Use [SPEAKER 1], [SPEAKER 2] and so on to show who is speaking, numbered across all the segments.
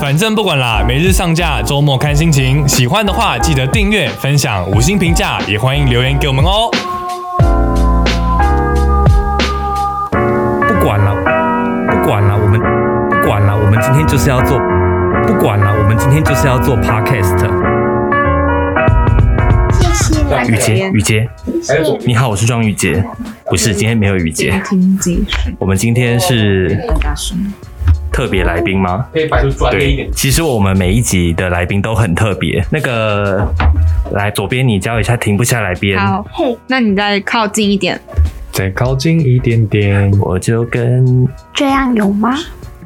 [SPEAKER 1] 反正不管啦，每日上架，周末看心情。喜欢的话记得订阅、分享、五星评价，也欢迎留言给我们哦。
[SPEAKER 2] 不管了，不管了，我们不管了，我们今天就是要做，不管了，我们今天就是要做 podcast。
[SPEAKER 3] 谢谢我
[SPEAKER 2] 雨杰，雨杰，你好，我是庄雨杰，不是，今天没有雨
[SPEAKER 3] 嗯
[SPEAKER 2] 杰，
[SPEAKER 4] 听解释，
[SPEAKER 2] 我们今天是
[SPEAKER 4] 大声。
[SPEAKER 2] 特别来宾吗？
[SPEAKER 5] 可以摆出专业一点。
[SPEAKER 2] 其实我们每一集的来宾都很特别。那个，来左边你教一下停不下来边，
[SPEAKER 4] 好，那你再靠近一点。
[SPEAKER 1] 再靠近一点点，
[SPEAKER 2] 我就跟
[SPEAKER 3] 这样有吗？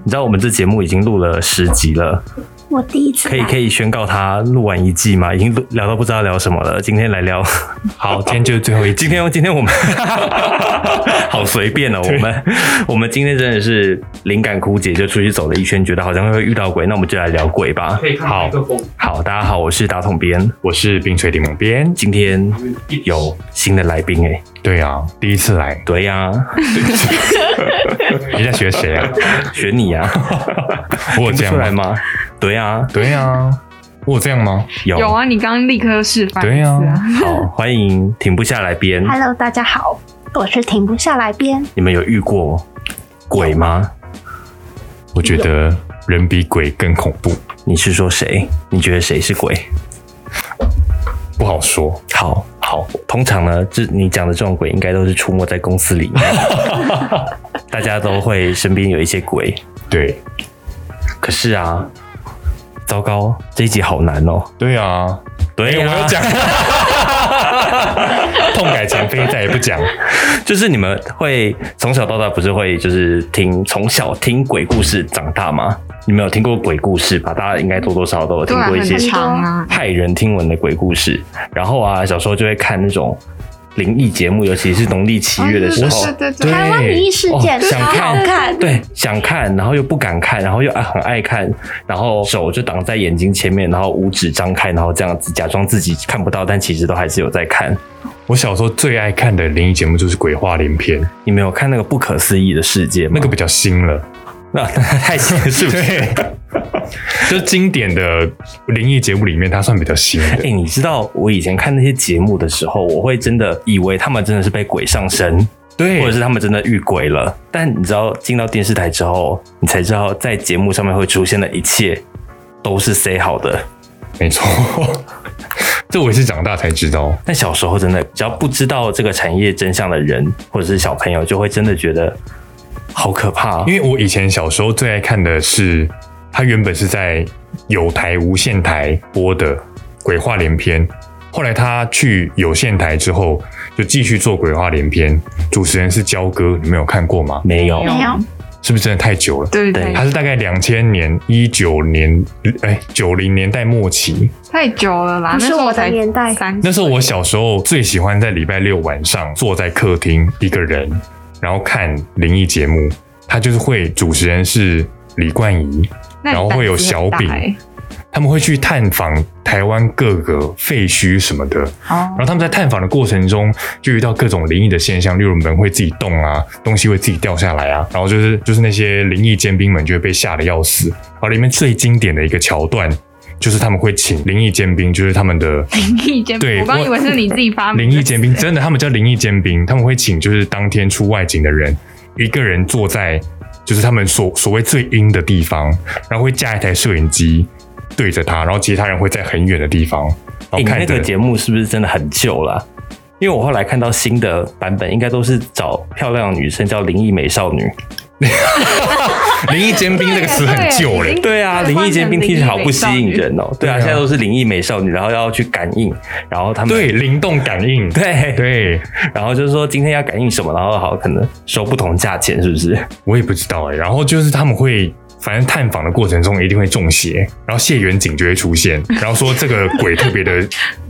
[SPEAKER 2] 你知道我们这节目已经录了十集了，
[SPEAKER 3] 我第一次
[SPEAKER 2] 可以可
[SPEAKER 3] 以，
[SPEAKER 2] 以宣告他录完一季吗？已经录聊到不知道聊什么了。今天来聊，
[SPEAKER 1] 好，今天就是最后一集
[SPEAKER 2] 今。天今天 我们好随便哦，我们我们今天真的是灵感枯竭，就出去走了一圈，觉得好像会遇到鬼，那我们就来聊鬼吧
[SPEAKER 5] 可。以看麦克风，
[SPEAKER 2] 好，大家好，我是打桶边，
[SPEAKER 1] 我是冰水柠檬边，
[SPEAKER 2] 今天有新的来宾哎、
[SPEAKER 1] 对啊，第一次来，
[SPEAKER 2] 对呀、
[SPEAKER 1] 你在学谁 啊？
[SPEAKER 2] 选 你呀、
[SPEAKER 1] 我有
[SPEAKER 2] 听
[SPEAKER 1] 这
[SPEAKER 2] 不
[SPEAKER 1] 样
[SPEAKER 2] 出来
[SPEAKER 1] 吗？
[SPEAKER 2] 吗？对呀、
[SPEAKER 1] 对啊，我有这样吗？
[SPEAKER 2] 有
[SPEAKER 4] 有啊，你刚刚立刻示范一次
[SPEAKER 1] 对
[SPEAKER 4] 啊。
[SPEAKER 2] 好，欢迎停不下来编，
[SPEAKER 3] Hello，大家好，我是停不下来边，
[SPEAKER 2] 你们有遇过鬼吗？
[SPEAKER 1] 我觉得人比鬼更恐怖，
[SPEAKER 2] 你是说谁？你觉得谁是鬼？
[SPEAKER 1] 不好说。
[SPEAKER 2] 好好，通常呢，这你讲的这种鬼，应该都是出没在公司里面， 大家都会身边有一些鬼。
[SPEAKER 1] 对，
[SPEAKER 2] 可是啊，糟糕，这一集好难哦。
[SPEAKER 1] 对啊，
[SPEAKER 2] 对、
[SPEAKER 1] 哎
[SPEAKER 2] 呀
[SPEAKER 1] 我 有讲，痛改前非，再也不讲。
[SPEAKER 2] 就是你们会从小到大不是会就是听从小听鬼故事长大吗？你们有听过鬼故事吧？大家应该多多少少都有听
[SPEAKER 4] 对啊，
[SPEAKER 2] 过一些
[SPEAKER 4] 很长啊。
[SPEAKER 2] 骇人听闻的鬼故事。然后啊，小时候就会看那种灵异节目，尤其是农历七月的时候
[SPEAKER 4] 哦对，对对，
[SPEAKER 3] 台湾灵异事件
[SPEAKER 2] 哦想
[SPEAKER 3] 超好
[SPEAKER 2] 看
[SPEAKER 3] 看，
[SPEAKER 2] 对，想看，然后又不敢看，然后又啊很爱看，然后手就挡在眼睛前面，然后五指张开，然后这样子假装自己看不到，但其实都还是有在看。
[SPEAKER 1] 我小时候最爱看的灵异节目就是鬼话连篇，
[SPEAKER 2] 你没有看那个不可思议的世界吗？
[SPEAKER 1] 那个 比较新了，
[SPEAKER 2] 那太新了是不是？
[SPEAKER 1] 对，就是经典的灵异节目里面，它算比较新
[SPEAKER 2] 哎、
[SPEAKER 1] 的。
[SPEAKER 2] 你知道我以前看那些节目的时候，我会真的以为他们真的是被鬼上身，
[SPEAKER 1] 对
[SPEAKER 2] 或者是他们真的遇鬼了。但你知道进到电视台之后，你才知道在节目上面会出现的一切都是 say 好的。
[SPEAKER 1] 没错， 这我也是长大才知道。
[SPEAKER 2] 但小时候真的，只要不知道这个产业真相的人或者是小朋友，就会真的觉得好可怕、啊
[SPEAKER 1] 因为我以前小时候最爱看的是，它原本是在有台无线台播的鬼话连篇，后来他去有线台之后，就继续做鬼话连篇，主持人是焦哥，你们有看过吗？
[SPEAKER 2] 没有，
[SPEAKER 3] 没有，
[SPEAKER 1] 是不是真的太久了？
[SPEAKER 4] 对
[SPEAKER 2] 对
[SPEAKER 4] 对，
[SPEAKER 1] 他是大概两千年一九年，哎九零年代末期，
[SPEAKER 4] 太久了啦，
[SPEAKER 3] 不是
[SPEAKER 4] 那时候
[SPEAKER 3] 我的
[SPEAKER 4] 才
[SPEAKER 3] 年代
[SPEAKER 4] 三
[SPEAKER 1] 那时候我小时候最喜欢在礼拜六晚上坐在客厅一个人，然后看灵异节目。他就是会主持人是李冠仪，
[SPEAKER 4] 那
[SPEAKER 1] 然
[SPEAKER 4] 你
[SPEAKER 1] 后会有
[SPEAKER 4] 胆子
[SPEAKER 1] 小
[SPEAKER 4] 很大
[SPEAKER 1] 饼
[SPEAKER 4] 欸
[SPEAKER 1] 他们会去探访台湾各个废墟什么的。然
[SPEAKER 4] 哦，
[SPEAKER 1] 后他们在探访的过程中，就遇到各种灵异的现象，例如门会自己动啊，东西会自己掉下来啊，然后就是就是那些灵异尖兵们就会被吓得要死。然后里面最经典的一个桥段，就是他们会请灵异尖兵，就是他们的
[SPEAKER 4] 灵异煎饼，
[SPEAKER 1] 对
[SPEAKER 4] 我刚
[SPEAKER 1] 我
[SPEAKER 4] 以为是你自己发明
[SPEAKER 1] 灵
[SPEAKER 4] 的。
[SPEAKER 1] 异尖兵，真的，他们叫灵异尖兵，他们会请就是当天出外景的人，一个人坐在就是他们所所谓最阴的地方，然后会架一台摄影机对着他，然后其他人会在很远的地方，然后
[SPEAKER 2] 欸、
[SPEAKER 1] 看
[SPEAKER 2] 那
[SPEAKER 1] 着、
[SPEAKER 2] 个节目是不是真的很旧了、因为我后来看到新的版本，应该都是找漂亮的女生叫灵异美少女。
[SPEAKER 1] 灵异尖兵这个词很旧嘞、
[SPEAKER 2] 对啊，
[SPEAKER 4] 对
[SPEAKER 2] 灵异尖兵听起来好不吸引人哦。对
[SPEAKER 1] 对
[SPEAKER 2] 啊，
[SPEAKER 1] 啊
[SPEAKER 2] 现在都是灵异美少女，然后要去感应，然后他们
[SPEAKER 1] 对，灵动感应，
[SPEAKER 2] 对
[SPEAKER 1] 对，
[SPEAKER 2] 然后就是说今天要感应什么，然后好可能收不同价钱，是不是？
[SPEAKER 1] 我也不知道哎、然后就是他们会。反正探访的过程中一定会中邪，然后谢远景就会出现，然后说这个鬼特别的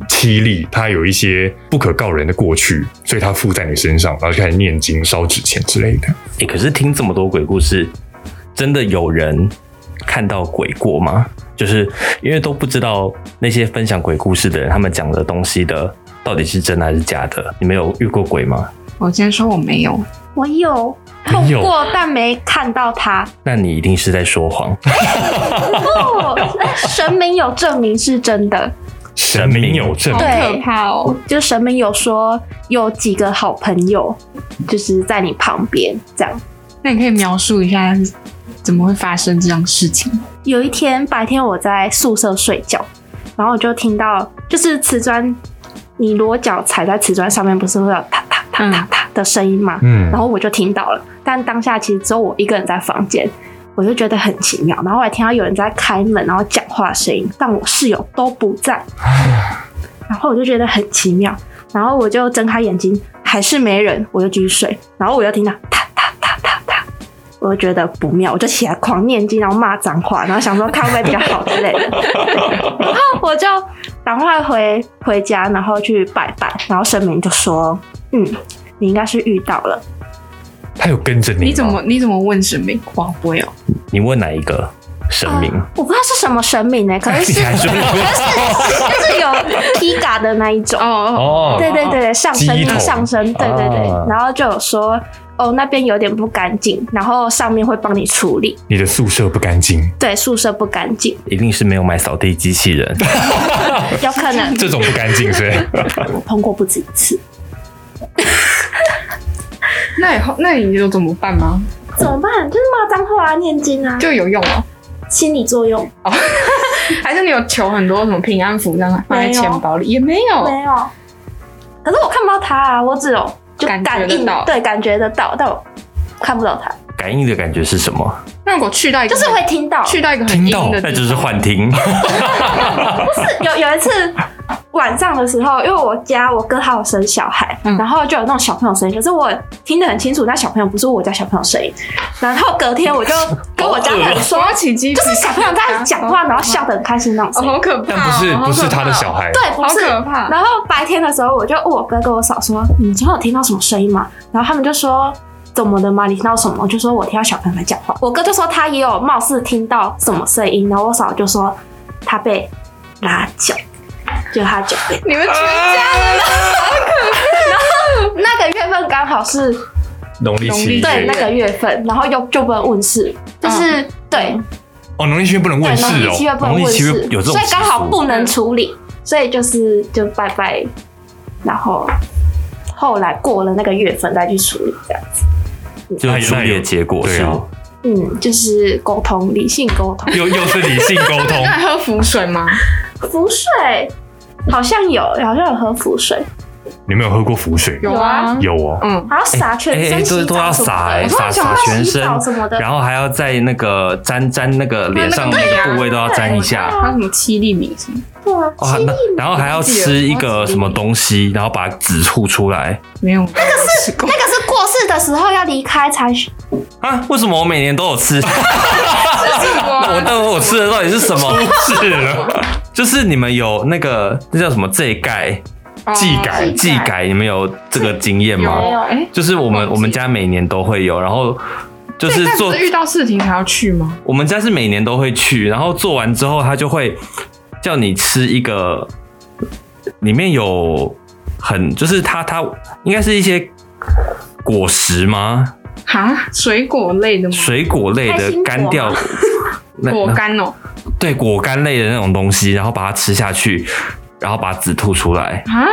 [SPEAKER 1] 凄厉，他有一些不可告人的过去，所以他附在你身上，然后就开始念经、烧纸钱之类的。
[SPEAKER 2] 哎、可是听这么多鬼故事，真的有人看到鬼过吗？就是因为都不知道那些分享鬼故事的人，他们讲的东西的到底是真的还是假的。你们有遇过鬼吗？
[SPEAKER 4] 我先说我没有，
[SPEAKER 3] 我有碰
[SPEAKER 1] 你有
[SPEAKER 3] 过，但没看到他。
[SPEAKER 2] 那你一定是在说谎。
[SPEAKER 3] 不，哦神明有证明是真的，
[SPEAKER 1] 神明有证
[SPEAKER 4] 好
[SPEAKER 3] 对
[SPEAKER 4] 可怕哦！
[SPEAKER 3] 就神明有说有几个好朋友，就是在你旁边这样。
[SPEAKER 4] 那你可以描述一下怎么会发生这样事情？
[SPEAKER 3] 有一天白天我在宿舍睡觉，然后我就听到就是瓷砖，你裸脚踩在瓷砖上面，不是会有踏踏踏踏踏的声音吗？
[SPEAKER 1] 嗯
[SPEAKER 3] 然后我就听到了，但当下其实只有我一个人在房间，我就觉得很奇妙。然后我还听到有人在开门，然后讲话声音，但我室友都不在，然后我就觉得很奇妙。然后我就睁开眼睛，还是没人，我就继续睡。然后我又听到踏踏踏踏踏，我就觉得不妙，我就起来狂念经，然后骂脏话，然后想说看会不会比较好之类的。然后我就赶快回回家，然后去拜拜。然后神明就说：“嗯，你应该是遇到了。”
[SPEAKER 1] 他有跟着你吗哦
[SPEAKER 4] 你怎 么你怎么问神明？哇，不会哦，
[SPEAKER 2] 你问哪一个神明？
[SPEAKER 3] 啊我不知道是什么神明欸呢、可是
[SPEAKER 2] 你
[SPEAKER 3] 是
[SPEAKER 2] 还
[SPEAKER 3] 可是
[SPEAKER 2] 是问
[SPEAKER 3] 就是有 Tiga 的那一种，
[SPEAKER 4] 哦
[SPEAKER 1] 哦
[SPEAKER 3] 对对对对，上
[SPEAKER 1] 鸡
[SPEAKER 3] 升
[SPEAKER 1] 头
[SPEAKER 3] 上升，对对对，
[SPEAKER 1] 啊
[SPEAKER 3] 然后就有说哦那边有点不干净，然后上面会帮你处理，
[SPEAKER 1] 你的宿舍不干净，
[SPEAKER 3] 对宿舍不干净，
[SPEAKER 2] 一定是没有买扫地机 器人。
[SPEAKER 3] 有可能
[SPEAKER 1] 这种不干净是不是
[SPEAKER 3] 我碰过不止一次，
[SPEAKER 4] 那以后那你有怎么办吗？
[SPEAKER 3] 怎么办？就是骂脏话啊，念经啊，
[SPEAKER 4] 就有用哦，
[SPEAKER 3] 心理作用
[SPEAKER 4] 还是你有求很多什么平安符这样放在钱包里？也没有，
[SPEAKER 3] 没有，可是我看不到他啊，我只有就
[SPEAKER 4] 感觉
[SPEAKER 3] 感
[SPEAKER 4] 得
[SPEAKER 3] 应
[SPEAKER 4] 到
[SPEAKER 3] 对感觉得到，但我看不到他，
[SPEAKER 2] 感应的感觉是什么？
[SPEAKER 4] 那如果去到一个
[SPEAKER 3] 就是会听到，
[SPEAKER 4] 去到一个很
[SPEAKER 1] 听
[SPEAKER 4] 阴
[SPEAKER 1] 到
[SPEAKER 4] 的地方，
[SPEAKER 2] 那就是 幻听。
[SPEAKER 3] 有有一次晚上的时候，因为我家我哥他有生小孩，
[SPEAKER 4] 嗯
[SPEAKER 3] 然后就有那种小朋友声音，可是我听得很清楚，那小朋友不是我家小朋友声音。然后隔天我就跟我家人
[SPEAKER 4] 我
[SPEAKER 3] 说，
[SPEAKER 4] 要起鸡皮
[SPEAKER 3] 就是小朋友在讲话，然后笑
[SPEAKER 4] 的，
[SPEAKER 3] 得很开心那种
[SPEAKER 4] 啊哦
[SPEAKER 3] 声音。
[SPEAKER 4] 好可怕
[SPEAKER 1] 但
[SPEAKER 4] 哦，
[SPEAKER 1] 不是
[SPEAKER 4] 好可怕
[SPEAKER 1] 不
[SPEAKER 4] 哦
[SPEAKER 1] 是他的小，孩，
[SPEAKER 3] 对，不
[SPEAKER 4] 好
[SPEAKER 3] 是。
[SPEAKER 4] 可怕。
[SPEAKER 3] 然后白天的时候，我就问我哥跟我嫂说：“你今天有听到什么声音吗？”然后他们就说：“怎么的吗？你听到什么？”我就说：“我听到小朋友在讲话。”我哥就说他也有貌似听到什么声音，然后我嫂就说他被拉脚，就他脚被
[SPEAKER 4] 你们全家人
[SPEAKER 3] 那个月份刚好是
[SPEAKER 1] 农历七月
[SPEAKER 4] 农
[SPEAKER 3] 对
[SPEAKER 4] 历
[SPEAKER 3] 那个月份，然后又就不能问世，就是、对
[SPEAKER 1] 哦，农历七月不能问
[SPEAKER 3] 对
[SPEAKER 1] 世
[SPEAKER 3] 农历七月
[SPEAKER 1] 哦，
[SPEAKER 3] 不能问世，
[SPEAKER 2] 农历七月有这种
[SPEAKER 3] 所以刚
[SPEAKER 2] 习
[SPEAKER 3] 好
[SPEAKER 2] 俗
[SPEAKER 3] 不能处理，所以就是就拜拜，然后后来过了那个月份再去处理这样子。
[SPEAKER 2] 就
[SPEAKER 1] 哎
[SPEAKER 2] 处理的结果是
[SPEAKER 1] 对啊
[SPEAKER 3] 嗯，就是沟通，理性沟通。
[SPEAKER 1] 又又是理性沟通
[SPEAKER 4] 那， 还喝符水吗？
[SPEAKER 3] 浮水好像有，好像有喝浮水，
[SPEAKER 1] 你们有喝过浮水？
[SPEAKER 3] 有啊
[SPEAKER 1] 有哦，
[SPEAKER 4] 嗯，
[SPEAKER 3] 还要洒全
[SPEAKER 2] 哎哎
[SPEAKER 3] 身洗澡什么的，
[SPEAKER 2] 这都要洒哎
[SPEAKER 3] 我突然
[SPEAKER 2] 洒
[SPEAKER 3] 想到
[SPEAKER 2] 洒全
[SPEAKER 3] 洗澡
[SPEAKER 2] 身
[SPEAKER 3] 什么
[SPEAKER 1] 啊
[SPEAKER 3] 的，
[SPEAKER 2] 然后还要在那个沾沾那个啊脸上
[SPEAKER 4] 那那个
[SPEAKER 2] 那个部位都要沾一下。
[SPEAKER 4] 还有什么七粒米什么？
[SPEAKER 3] 对啊，
[SPEAKER 2] 哦，
[SPEAKER 3] 七
[SPEAKER 2] 那
[SPEAKER 3] 粒
[SPEAKER 2] 然后还要吃一个什么东西，然后把籽吐出来
[SPEAKER 4] 没有，那个是
[SPEAKER 3] 那个是过世的时候要离开才
[SPEAKER 2] 啊？为什么我每年都有 吃？ 那我
[SPEAKER 4] 我
[SPEAKER 2] 那我吃的到底是什 么？
[SPEAKER 1] 是了，
[SPEAKER 2] 就是你们有那个那叫什么这盖
[SPEAKER 1] 技改
[SPEAKER 2] 技改，你们有这个经验吗？
[SPEAKER 4] 哦有哎，
[SPEAKER 2] 就是我
[SPEAKER 4] 忘
[SPEAKER 2] 们
[SPEAKER 4] 记
[SPEAKER 2] 我们家每年都会有，然后就是
[SPEAKER 4] 那
[SPEAKER 2] 做
[SPEAKER 4] 不是遇到事情才要去吗？
[SPEAKER 2] 我们家是每年都会去，然后做完之后他就会叫你吃一个，里面有很就是它它应该是一些果实吗？
[SPEAKER 4] 哈，水果类的吗？
[SPEAKER 2] 水果类
[SPEAKER 3] 开心
[SPEAKER 2] 的
[SPEAKER 3] 果
[SPEAKER 2] 干掉
[SPEAKER 3] 吗。
[SPEAKER 2] 那
[SPEAKER 4] 果
[SPEAKER 2] 那
[SPEAKER 4] 干哦，
[SPEAKER 2] 对果干类的那种东西，然后把它吃下去，然后把籽吐出来，
[SPEAKER 4] 啊，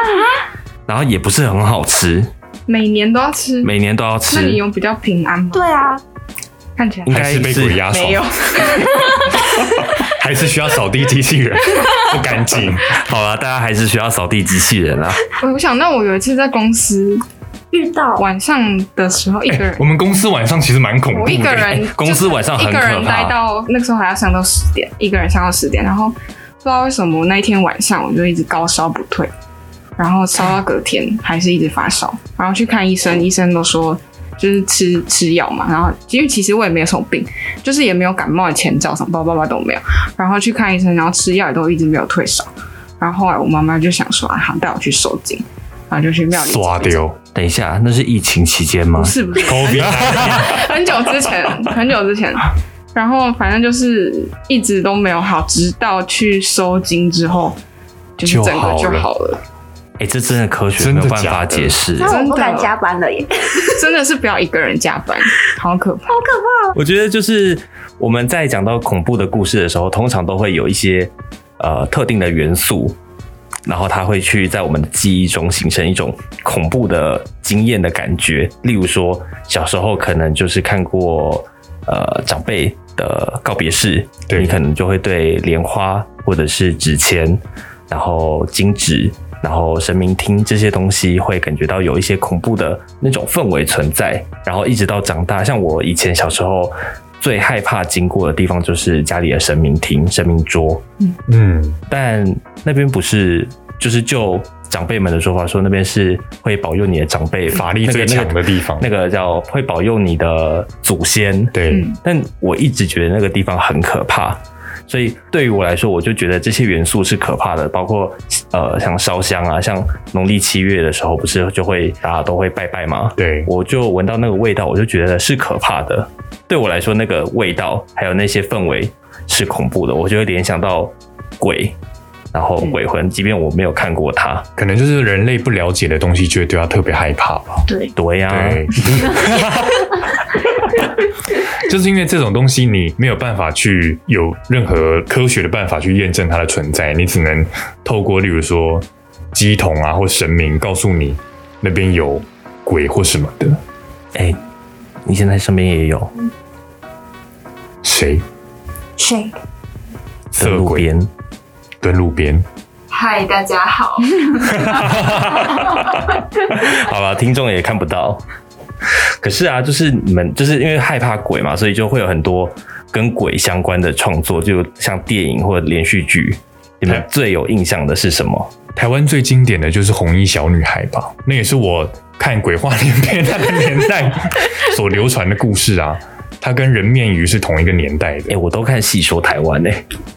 [SPEAKER 2] 然后也不是很好吃，
[SPEAKER 4] 每年都要吃。
[SPEAKER 2] 每年都要吃
[SPEAKER 4] 嗯那。你有比较平安吗？
[SPEAKER 3] 对啊，
[SPEAKER 4] 看起来
[SPEAKER 2] 应
[SPEAKER 1] 还
[SPEAKER 2] 该
[SPEAKER 1] 是被鬼压床
[SPEAKER 4] 没，有。
[SPEAKER 1] 还是需要扫地机器人，不干净。
[SPEAKER 2] 好了，大家还是需要扫地机器人啊。
[SPEAKER 4] 我想到我有一 次在公司
[SPEAKER 3] 遇到
[SPEAKER 4] 晚上的时候，一个人
[SPEAKER 1] 我们公司晚上其实蛮恐怖
[SPEAKER 4] 我
[SPEAKER 1] 的，
[SPEAKER 4] 一个人，
[SPEAKER 2] 公司晚上
[SPEAKER 4] 就是
[SPEAKER 2] 很
[SPEAKER 4] 一个人
[SPEAKER 2] 可怕
[SPEAKER 4] 待到那时候还要上到十点，一个人上到十点，然后不知道为什么那一天晚上我就一直高烧不退，然后烧到隔天还是一直发烧，然后去看医生，医生都说就是吃吃药嘛，然后因为其实我也没有什么病，就是也没有感冒的前兆什么，叭叭叭都没有，然后去看医生，然后吃药也都一直没有退烧，然后后来我妈妈就想说啊，好带我去收金，然后就去庙里
[SPEAKER 2] 啊
[SPEAKER 1] 刷
[SPEAKER 4] 收金
[SPEAKER 1] 丢
[SPEAKER 2] 等一下，那是疫情期间吗
[SPEAKER 4] 不？是不是
[SPEAKER 1] COVID，
[SPEAKER 4] 很久之前， 很久之前，然后反正就是一直都没有好，直到去收金之后，就是整个就
[SPEAKER 1] 就好
[SPEAKER 4] 好了。
[SPEAKER 2] 哎、这真的科学
[SPEAKER 1] 真
[SPEAKER 2] 没
[SPEAKER 1] 的
[SPEAKER 2] 有办
[SPEAKER 1] 假
[SPEAKER 2] 法
[SPEAKER 1] 的
[SPEAKER 2] 解释。欸
[SPEAKER 3] 那我不敢
[SPEAKER 2] 哦
[SPEAKER 4] 真的
[SPEAKER 3] 加班了 耶，
[SPEAKER 4] 真的是不要一个人加班，好可怕。
[SPEAKER 3] 好可怕！
[SPEAKER 2] 我觉得就是我们在讲到恐怖的故事的时候，通常都会有一些呃特定的元素，然后它会去在我们的记忆中形成一种恐怖的经验的感觉。例如说，小时候可能就是看过呃长辈的告别式，
[SPEAKER 1] 对
[SPEAKER 2] 你可能就会对莲花或者是纸钱，然后金纸。然后神明听这些东西，会感觉到有一些恐怖的那种氛围存在。然后一直到长大，像我以前小时候最害怕经过的地方就是家里的神明厅、神明桌，
[SPEAKER 1] 嗯，
[SPEAKER 2] 但那边不是，就是就长辈们的说法说，那边是会保佑你的长辈
[SPEAKER 1] 法力最强的地方，
[SPEAKER 2] 那个那个叫会保佑你的祖先。
[SPEAKER 1] 对，
[SPEAKER 4] 嗯
[SPEAKER 2] 但我一直觉得那个地方很可怕，所以对于我来说，我就觉得这些元素是可怕的，包括呃像烧香啊，像农历七月的时候，不是就会大家都会拜拜吗？
[SPEAKER 1] 对，
[SPEAKER 2] 我就闻到那个味道，我就觉得是可怕的。对我来说，那个味道还有那些氛围是恐怖的，我就会联想到鬼，然后
[SPEAKER 1] 嗯
[SPEAKER 2] 鬼魂，即便我没有看过它，
[SPEAKER 1] 可能就是人类不了解的东西，就会对他特别害怕吧。
[SPEAKER 3] 对，
[SPEAKER 2] 对呀、
[SPEAKER 1] 对， 就是因为这种东西，你没有办法去有任何科学的办法去验证它的存在，你只能透过例如说鸡童啊或神明告诉你那边有鬼或什么的。
[SPEAKER 2] 哎、你现在身边也有
[SPEAKER 1] 谁？
[SPEAKER 3] 谁？
[SPEAKER 2] 在
[SPEAKER 1] 色
[SPEAKER 2] 路
[SPEAKER 1] 鬼
[SPEAKER 2] 边，
[SPEAKER 1] 蹲路边？
[SPEAKER 5] 嗨，大家好，
[SPEAKER 2] 好了，听众也看不到。可是啊，就是你们就是因为害怕鬼嘛，所以就会有很多跟鬼相关的创作，就像电影或者连续剧。你们
[SPEAKER 1] 对
[SPEAKER 2] 最有印象的是什么？
[SPEAKER 1] 台湾最经典的就是红衣小女孩吧，那也是我看鬼话连篇那个年 代所流传的故事啊。它跟人面鱼是同一个年代
[SPEAKER 2] 哎、
[SPEAKER 1] 的，
[SPEAKER 2] 我都看《戏说台湾》呢。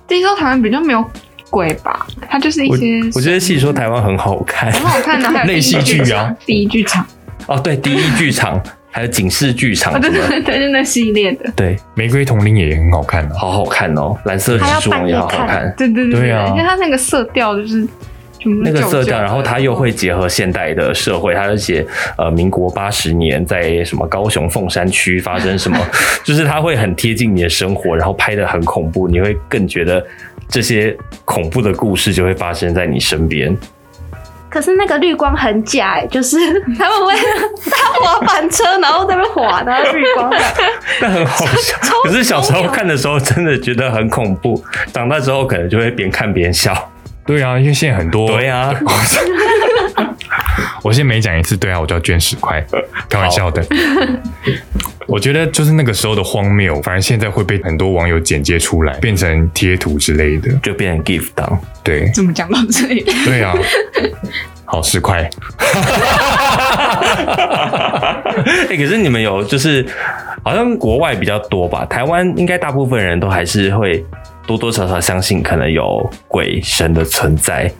[SPEAKER 4] 第一周台湾比较没有鬼吧，它就是一
[SPEAKER 2] 我
[SPEAKER 4] 些
[SPEAKER 2] 我觉得《戏说台湾》很好看
[SPEAKER 4] 很好看的，还有
[SPEAKER 1] 类戏剧啊，
[SPEAKER 4] 第一剧场，
[SPEAKER 2] 哦，对，第一剧场还有警示剧场
[SPEAKER 4] 哦
[SPEAKER 2] 什
[SPEAKER 4] 对对
[SPEAKER 2] 么，
[SPEAKER 4] 对，对就那系列的，
[SPEAKER 2] 对，
[SPEAKER 1] 玫瑰童林也很好看啊。
[SPEAKER 2] 好好看哦，蓝色蜘蛛网也好好
[SPEAKER 3] 还要半夜
[SPEAKER 2] 看，
[SPEAKER 4] 对对
[SPEAKER 1] 对
[SPEAKER 4] 对
[SPEAKER 1] 啊
[SPEAKER 4] 因为它那个色调就是全部都
[SPEAKER 2] 那个色
[SPEAKER 4] 旧旧
[SPEAKER 2] 调，
[SPEAKER 4] 的
[SPEAKER 2] 然后它又会结合现代的社会，它就写呃民国八十年在什么高雄凤山区发生什么，就是它会很贴近你的生活，然后拍的很恐怖，你会更觉得这些恐怖的故事就会发生在你身边。
[SPEAKER 3] 可是那个绿光很假哎、就是 他们会搭滑板车，然后在那边滑，然后绿 光。
[SPEAKER 2] 那很好笑，可是小时候看的时候真的觉得很恐怖，长大之后可能就会边看边笑。
[SPEAKER 1] 对啊，因为现在很多
[SPEAKER 2] 对 啊，
[SPEAKER 1] 我先每讲一次对啊，我就要捐十块，开玩笑的。我觉得就是那个时候的荒谬，反而现在会被很多网友剪接出来，变成贴图之类的。
[SPEAKER 2] 就变成 gift 档。
[SPEAKER 1] 对，
[SPEAKER 4] 怎么讲到这里？
[SPEAKER 1] 对 啊，好十块。
[SPEAKER 2] 哎、可是你们有就是，好像国外比较多吧？台湾应该大部分人都还是会多多少少相信可能有鬼神的存在。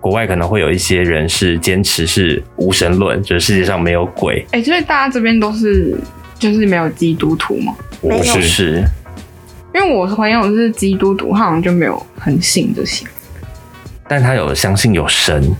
[SPEAKER 2] 国外可能会有一些人是坚持是无神论，就是世界上没有鬼。
[SPEAKER 4] 哎，所以大家这边都是就是没有基督徒嘛？
[SPEAKER 2] 我
[SPEAKER 3] 没有
[SPEAKER 2] 不是，
[SPEAKER 4] 因为我朋友是基督徒，他好像就没有很信这些，
[SPEAKER 2] 但他有相信有神。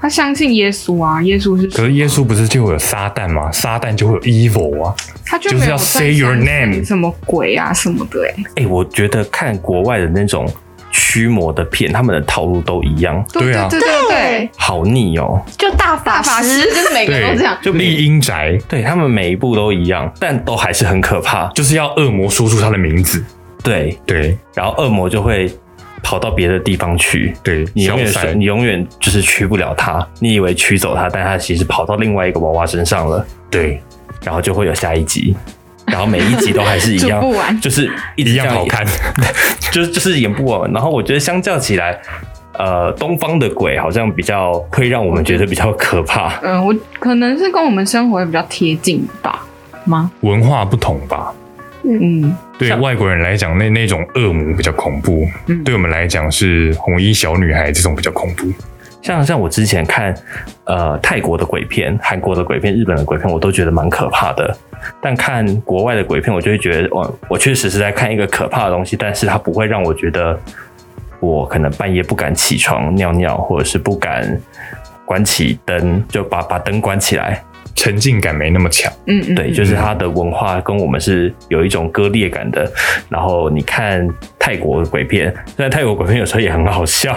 [SPEAKER 4] 他相信耶稣啊，耶稣是，
[SPEAKER 1] 可是耶稣不是就有撒旦吗？撒旦就会有 evil 啊。
[SPEAKER 4] 他就
[SPEAKER 1] 就是
[SPEAKER 4] 没有
[SPEAKER 1] 要
[SPEAKER 4] 在
[SPEAKER 1] say your
[SPEAKER 4] 相信
[SPEAKER 1] name
[SPEAKER 4] 什么鬼啊什么的、欸，
[SPEAKER 2] 哎、我觉得看国外的那种驱魔的片，他们的套路都一样，
[SPEAKER 1] 对啊
[SPEAKER 4] 对对对，
[SPEAKER 2] 好腻哦、
[SPEAKER 3] 就大法
[SPEAKER 4] 大法师
[SPEAKER 3] 师，
[SPEAKER 4] 就是每个人
[SPEAKER 1] 对
[SPEAKER 4] 都哎这样，，
[SPEAKER 1] 就丽英宅
[SPEAKER 2] 对他们每一部都一样，但都还是很可怕。
[SPEAKER 1] 就是要恶魔说出他的名字。
[SPEAKER 2] 对，
[SPEAKER 1] 对
[SPEAKER 2] 然后恶魔就会跑到别的地方去。
[SPEAKER 1] 对，
[SPEAKER 2] 你永
[SPEAKER 1] 小
[SPEAKER 2] 远
[SPEAKER 1] 三
[SPEAKER 2] 是你永远就是驱不了它，你以为驱走它，但它其实跑到另外一个娃娃身上了，
[SPEAKER 1] 对
[SPEAKER 2] 然后就会有下一集，然后每一集都还是一
[SPEAKER 4] 就
[SPEAKER 2] 样，
[SPEAKER 4] 不完
[SPEAKER 2] 就是一直
[SPEAKER 1] 一
[SPEAKER 2] 这
[SPEAKER 1] 样好，看。
[SPEAKER 2] 就是就是演不完。然后我觉得相较起来，呃，东方的鬼好像比较会让我们觉得比较可怕。
[SPEAKER 4] 嗯、我可能是跟我们生活比较贴近吧，吗？
[SPEAKER 1] 文化不同吧？
[SPEAKER 4] 嗯，
[SPEAKER 1] 对
[SPEAKER 2] 像
[SPEAKER 1] 外国人来讲，那那种恶魔比较恐怖；
[SPEAKER 4] 嗯
[SPEAKER 1] 对我们来讲，是红衣小女孩这种比较恐怖。
[SPEAKER 2] 像像我之前看呃泰国的鬼片、韩国的鬼片、日本的鬼片，我都觉得蛮可怕的。但看国外的鬼片，我就会觉得，哇，我确实是在看一个可怕的东西，但是它不会让我觉得我可能半夜不敢起床尿尿，或者是不敢关起灯，就把把灯关起来。
[SPEAKER 1] 沉浸感没那么强。
[SPEAKER 4] 嗯嗯，
[SPEAKER 2] 对，就是它的文化跟我们是有一种割裂感的。然后你看泰国的鬼片，虽然泰国鬼片有时候也很好笑，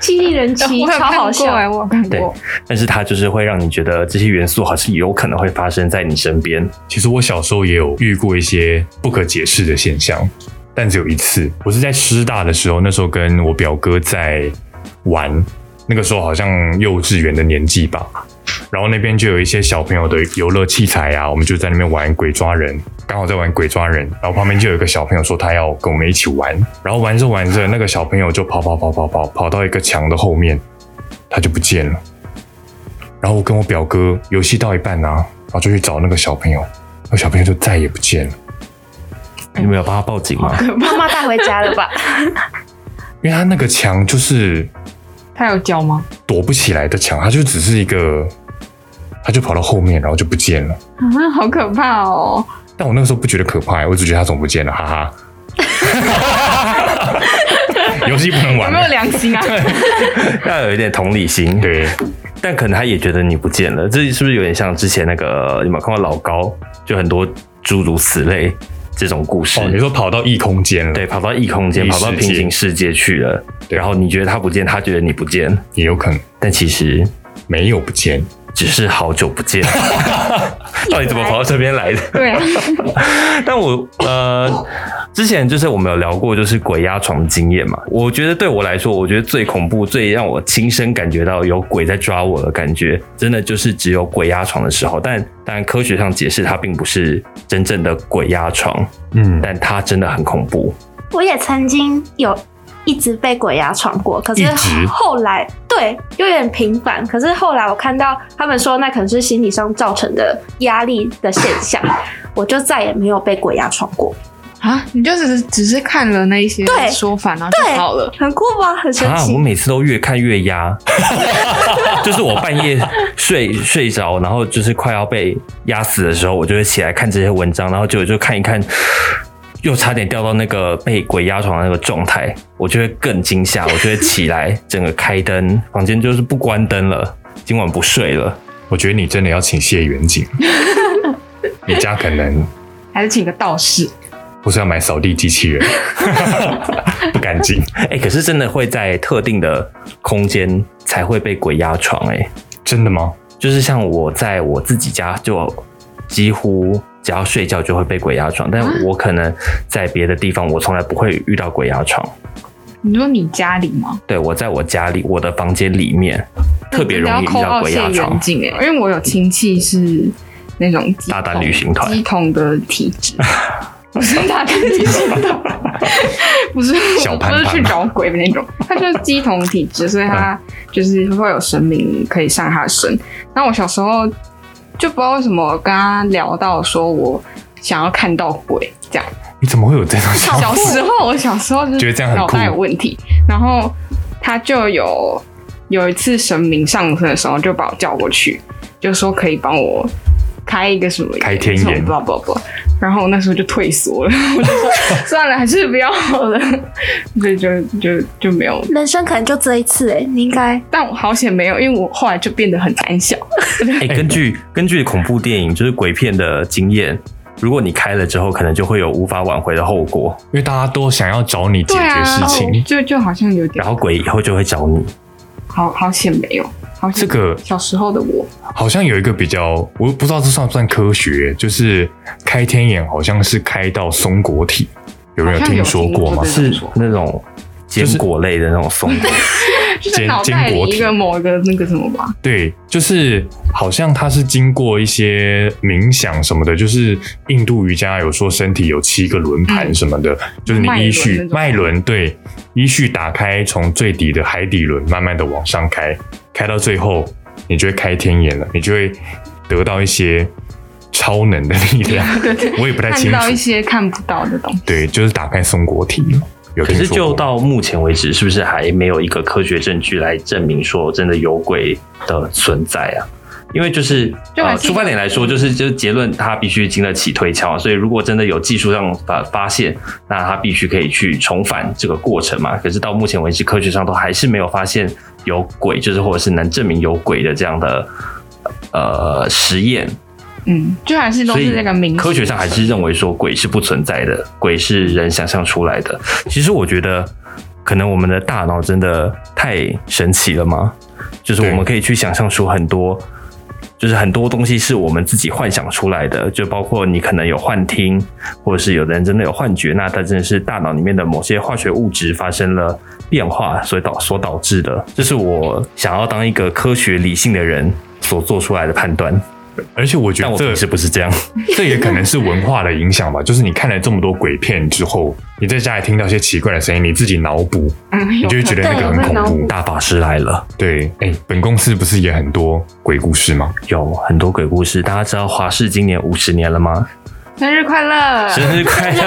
[SPEAKER 3] 犀利人妻
[SPEAKER 4] 我有
[SPEAKER 3] 超
[SPEAKER 4] 看
[SPEAKER 3] 好
[SPEAKER 4] 过
[SPEAKER 3] 笑，
[SPEAKER 2] 欸
[SPEAKER 4] 哎，我有看
[SPEAKER 2] 对
[SPEAKER 4] 过，
[SPEAKER 2] 但是它就是会让你觉得这些元素好像有可能会发生在你身边。
[SPEAKER 1] 其实我小时候也有遇过一些不可解释的现象，但只有一次。我是在师大的时候，那时候跟我表哥在玩，那个时候好像幼稚园的年纪吧。然后那边就有一些小朋友的游乐器材啊，我们就在那边玩鬼抓人，刚好在玩鬼抓人。然后旁边就有一个小朋友说他要跟我们一起玩，然后玩着玩着，那个小朋友就跑跑跑跑跑跑到一个墙的后面，他就不见了。然后我跟我表哥游戏到一半啊，然后就去找那个小朋友，那小朋友就再也不见了，
[SPEAKER 2] 你们有帮他报警吗？
[SPEAKER 3] 妈妈带回家了吧？
[SPEAKER 1] 因为他那个墙就是
[SPEAKER 4] 他有教吗？
[SPEAKER 1] 躲不起来的墙，他就只是一个，他就跑到后面，然后就不见了。
[SPEAKER 4] 啊， 好可怕哦！
[SPEAKER 1] 但我那个时候不觉得可怕、我只觉得他怎么不见了，哈 哈。游戏不能
[SPEAKER 4] 有
[SPEAKER 1] 玩
[SPEAKER 4] 没有
[SPEAKER 1] 了，
[SPEAKER 4] 良心啊？
[SPEAKER 2] 要有一点同理心。
[SPEAKER 1] 对，
[SPEAKER 2] 但可能他也觉得你不见了，这是不是有点像之前那个你们有看过老高，就很多诸如此类这种故事？
[SPEAKER 1] 哦，你说跑到异空间了，
[SPEAKER 2] 对，，跑到异空间，
[SPEAKER 1] 异
[SPEAKER 2] 跑到
[SPEAKER 1] 世界
[SPEAKER 2] 平行世界去了，
[SPEAKER 1] 对
[SPEAKER 2] 然后你觉得他不见，他觉得你不见，
[SPEAKER 1] 也有可能
[SPEAKER 2] 但其实
[SPEAKER 1] 没有不见。
[SPEAKER 2] 只是好久不见，到底怎么跑到这边来的？
[SPEAKER 4] 对啊，
[SPEAKER 2] 但我呃，之前就是我们有聊过，就是鬼压床的经验嘛。我觉得对我来说，我觉得最恐怖、最让我亲身感觉到有鬼在抓我的感觉，真的就是只有鬼压床的时候。但当然，科学上解释它并不是真正的鬼压床，
[SPEAKER 1] 嗯，
[SPEAKER 2] 但它真的很恐怖。
[SPEAKER 3] 我也曾经有一直被鬼压床过，可是
[SPEAKER 1] 一直
[SPEAKER 3] 后来对有点频繁，可是后来我看到他们说那可能是心理上造成的压力的现象，我就再也没有被鬼压床过，
[SPEAKER 4] 啊，你就只是只是看了那一些
[SPEAKER 3] 对
[SPEAKER 4] 说法，然后就
[SPEAKER 3] 对
[SPEAKER 4] 好了。
[SPEAKER 3] 很酷吧？很神
[SPEAKER 2] 啊！
[SPEAKER 3] 奇
[SPEAKER 2] 我。每次都越看越压， 就是我半夜睡睡着，然后就是快要被压死的时候，我就会起来看这些文章，然后就就看一看，又差点掉到那个被鬼压床的那个状态，我就会更惊吓，我就会起来，整个开灯，房间就是不关灯了，今晚不睡了。
[SPEAKER 1] 我觉得你真的要请谢远 景，你家可能
[SPEAKER 4] 还是请个道士，
[SPEAKER 1] 不是要买扫地机器 人， 不干净，
[SPEAKER 2] 哎、可是真的会在特定的空间才会被鬼压床、哎。
[SPEAKER 1] 真的吗？
[SPEAKER 2] 就是像我在我自己家就几乎只要睡觉就会被鬼压床，但
[SPEAKER 4] 啊
[SPEAKER 2] 我可能在别的地方我从来不会遇到鬼压床。
[SPEAKER 4] 你说你家里吗？
[SPEAKER 2] 对我在我家里我的房间里面特别容易
[SPEAKER 4] 你
[SPEAKER 2] 遇
[SPEAKER 4] 真的要
[SPEAKER 2] 到
[SPEAKER 4] 扣
[SPEAKER 2] 鬼压
[SPEAKER 4] 谢
[SPEAKER 2] 床
[SPEAKER 4] 远。近哎，因为我有亲戚是那种鸡
[SPEAKER 2] 大胆
[SPEAKER 4] 桶
[SPEAKER 2] 旅行团
[SPEAKER 4] 鸡桶的体质，不是大胆旅行团，不是
[SPEAKER 1] 小潘
[SPEAKER 4] 不
[SPEAKER 1] 潘
[SPEAKER 4] 是去找鬼的那种，他就是鸡桶体质，所以他
[SPEAKER 2] 嗯
[SPEAKER 4] 就是会有神明可以上他的身。然后我小时候就不知道为什么我跟他聊到说我想要看到鬼这样。
[SPEAKER 1] 你怎么会有这种想法？
[SPEAKER 4] 小时候，我小时候就
[SPEAKER 1] 觉得
[SPEAKER 4] 是
[SPEAKER 1] 这样很
[SPEAKER 4] 脑
[SPEAKER 1] 酷
[SPEAKER 4] 袋有问题，然后他就有有一次神明上身的时候，就把我叫过去，就说可以帮我开一个什么
[SPEAKER 1] 开天眼
[SPEAKER 4] 不不不，然后我那时候就退缩了， 我就说算了，还是不要了，所以就就就没有。
[SPEAKER 3] 人生可能就这一次哎、你应该
[SPEAKER 4] 但我好险没有，因为我后来就变得很胆小。
[SPEAKER 2] 哎、根据根据恐怖电影就是鬼片的经验，如果你开了之后，可能就会有无法挽回的后果，
[SPEAKER 1] 因为大家都想要找你解
[SPEAKER 4] 对
[SPEAKER 1] 决
[SPEAKER 4] 啊，
[SPEAKER 1] 事情。
[SPEAKER 4] 就就好像有点
[SPEAKER 2] 然后鬼以后就会找你。
[SPEAKER 4] 好好险没有，好险
[SPEAKER 1] 这个
[SPEAKER 4] 小时候的我
[SPEAKER 1] 好像有一个比较，我不知道这算不算科学，就是开天眼好像是开到松果体，有人
[SPEAKER 4] 好像
[SPEAKER 1] 听
[SPEAKER 4] 有
[SPEAKER 1] 说
[SPEAKER 4] 听
[SPEAKER 1] 过
[SPEAKER 4] 过
[SPEAKER 1] 吗
[SPEAKER 4] 这？个
[SPEAKER 2] 是那种坚果类的那种 松果，
[SPEAKER 4] 就
[SPEAKER 1] 坚
[SPEAKER 4] 是脑袋
[SPEAKER 1] 坚
[SPEAKER 4] 里
[SPEAKER 1] 果体
[SPEAKER 4] 一个某一个那个什么吧。
[SPEAKER 1] 对，就是好像它是经过一些冥想什么的，就是印度瑜伽有说身体有七个轮盘什么的，就是你依序
[SPEAKER 4] 嗯脉
[SPEAKER 1] 脉
[SPEAKER 4] 轮那种
[SPEAKER 1] 轮对依序打开，从最底的海底轮慢慢的往上开，开到最后你就会开天眼了，你就会得到一些超能的力量。
[SPEAKER 4] 对 对，
[SPEAKER 1] 我也不太清
[SPEAKER 4] 看
[SPEAKER 1] 楚
[SPEAKER 4] 到一些看不到的东西。
[SPEAKER 1] 对，就是打开松果体了。有
[SPEAKER 2] 可
[SPEAKER 1] 听
[SPEAKER 2] 是
[SPEAKER 1] 说
[SPEAKER 2] 就
[SPEAKER 1] 过
[SPEAKER 2] 到目前为止，是不是还没有一个科学证据来证明说真的有鬼的存在啊？因为就是
[SPEAKER 4] 就还
[SPEAKER 2] 呃，
[SPEAKER 4] 是
[SPEAKER 2] 出发点来说，就是就是结论，它必须经得起推敲，啊所以如果真的有技术上发发现，那它必须可以去重返这个过程嘛。可是到目前为止，科学上都还是没有发现有鬼，就是或者是能证明有鬼的这样的呃实验，
[SPEAKER 4] 嗯，就还是都
[SPEAKER 2] 所以
[SPEAKER 4] 是那个名词
[SPEAKER 2] 科学上还是认为说鬼是不存在的，鬼是人想象出来的。其实我觉得，可能我们的大脑真的太神奇了吗？就是我们
[SPEAKER 1] 对
[SPEAKER 2] 可以去想象出很多，就是很多东西是我们自己幻想出来的，就包括你可能有幻听，或者是有的人真的有幻觉，那它真的是大脑里面的某些化学物质发生了变化，所以导所导致的。这是我想要当一个科学理性的人所做出来的判断，
[SPEAKER 1] 而且我觉
[SPEAKER 2] 但
[SPEAKER 1] 得
[SPEAKER 2] 我
[SPEAKER 1] 这
[SPEAKER 2] 平时不是这样。
[SPEAKER 1] 这也可能是文化的影响吧， 就是你看了这么多鬼片之后，你在家里听到一些奇怪的声音，你自己脑补，
[SPEAKER 4] 嗯，
[SPEAKER 1] 你
[SPEAKER 4] 有
[SPEAKER 1] 就会觉得那个很
[SPEAKER 3] 哦
[SPEAKER 1] 恐怖。
[SPEAKER 2] 大法师来了，
[SPEAKER 1] 对，哎，本公司不是也很多鬼故事吗？
[SPEAKER 2] 有很多鬼故事。大家知道华视今年五十年了 吗？
[SPEAKER 4] 生日快乐！
[SPEAKER 2] 生日快乐！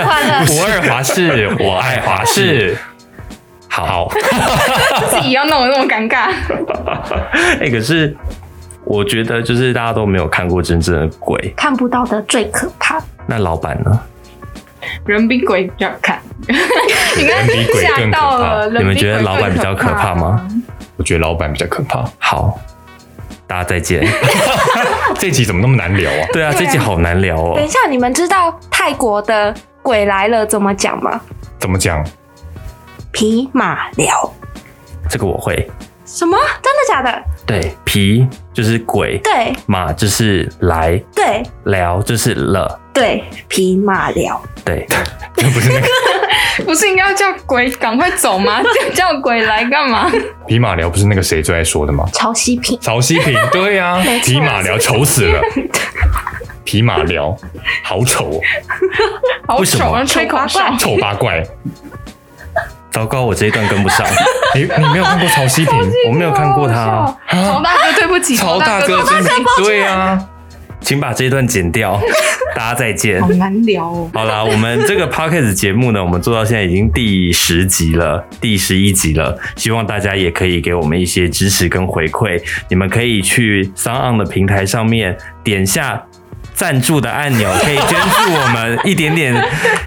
[SPEAKER 2] 不二华视，我爱华视。好，
[SPEAKER 4] 自己要弄得那么尴尬，
[SPEAKER 2] 哎、可是我觉得就是大家都没有看过真正的鬼，
[SPEAKER 3] 看不到的最可怕。
[SPEAKER 2] 那老板呢？
[SPEAKER 4] 人比鬼比较 看。你刚
[SPEAKER 1] 人比
[SPEAKER 4] 刚
[SPEAKER 1] 鬼
[SPEAKER 4] 吓
[SPEAKER 1] 更可
[SPEAKER 4] 到
[SPEAKER 1] 怕
[SPEAKER 4] 了，人
[SPEAKER 2] 你们
[SPEAKER 4] 比
[SPEAKER 2] 觉得
[SPEAKER 4] 鬼
[SPEAKER 2] 老板
[SPEAKER 4] 更
[SPEAKER 2] 比较可怕吗？
[SPEAKER 1] 我觉得老板比较可怕。
[SPEAKER 2] 好，大家再见。
[SPEAKER 1] 这集怎么那么难聊啊？
[SPEAKER 2] 对啊，这集好难聊
[SPEAKER 3] 等
[SPEAKER 2] 哦
[SPEAKER 3] 一。下，你们知道泰国的“鬼来了”怎么讲吗？
[SPEAKER 1] 怎么讲？
[SPEAKER 3] 匹马聊
[SPEAKER 2] 这个我会。
[SPEAKER 3] 什么？真的假的？
[SPEAKER 2] 对，皮就是鬼，
[SPEAKER 3] 对
[SPEAKER 2] 马就是来，
[SPEAKER 3] 对
[SPEAKER 2] 聊就是了。
[SPEAKER 3] 对，匹马聊。
[SPEAKER 2] 对，
[SPEAKER 1] 这不是那个
[SPEAKER 4] 不是应该要叫鬼赶快走吗？ 叫叫鬼来干嘛？
[SPEAKER 1] 匹马聊，不是那个谁最爱说的 吗？
[SPEAKER 3] 潮汐品
[SPEAKER 1] 曹希平，对呀、
[SPEAKER 3] 没错
[SPEAKER 1] 匹马聊丑死 了。匹马聊，好丑、哦，
[SPEAKER 4] 好
[SPEAKER 2] 为什
[SPEAKER 4] 丑
[SPEAKER 2] 么
[SPEAKER 4] 啊，吹口哨。
[SPEAKER 1] 丑八怪。哎
[SPEAKER 2] 糟糕，我这一段跟不上。
[SPEAKER 1] 你你没有看过曹 希平？
[SPEAKER 2] 我没有看过他，
[SPEAKER 4] 曹大哥，对不 起，
[SPEAKER 1] 曹大
[SPEAKER 4] 哥
[SPEAKER 1] 哥，真的对啊，
[SPEAKER 2] 请把这一段剪 掉。大家再见
[SPEAKER 4] 好。难聊哦。
[SPEAKER 2] 好啦，我们这个 podcast 节目呢，我们做到现在已经第十集了，第十一集了。希望大家也可以给我们一些支持跟回馈。你们可以去 s o n 的平台上面点下赞助的按钮，可以捐助我们一点点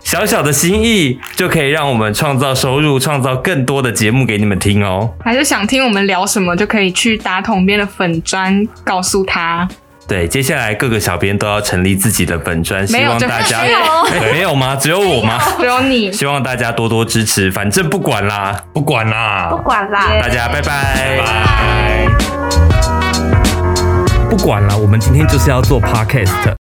[SPEAKER 2] 小小的心意，就可以让我们创造收入，创造更多的节目给你们听哦。
[SPEAKER 4] 还是想听我们聊什么，就可以去打桶边的粉砖告诉他。
[SPEAKER 2] 对，接下来各个小编都要成立自己的本专，希
[SPEAKER 4] 没有
[SPEAKER 2] 望
[SPEAKER 4] 就
[SPEAKER 2] 大家
[SPEAKER 4] 没有
[SPEAKER 2] 哎没有吗？只有我吗？
[SPEAKER 4] 只有你，
[SPEAKER 2] 希望大家多多支持，反正不管啦，
[SPEAKER 1] 不管啦，
[SPEAKER 3] 不管啦。
[SPEAKER 2] 大家拜拜。
[SPEAKER 1] 拜。
[SPEAKER 2] 不管啦，我们今天就是要做 podcast。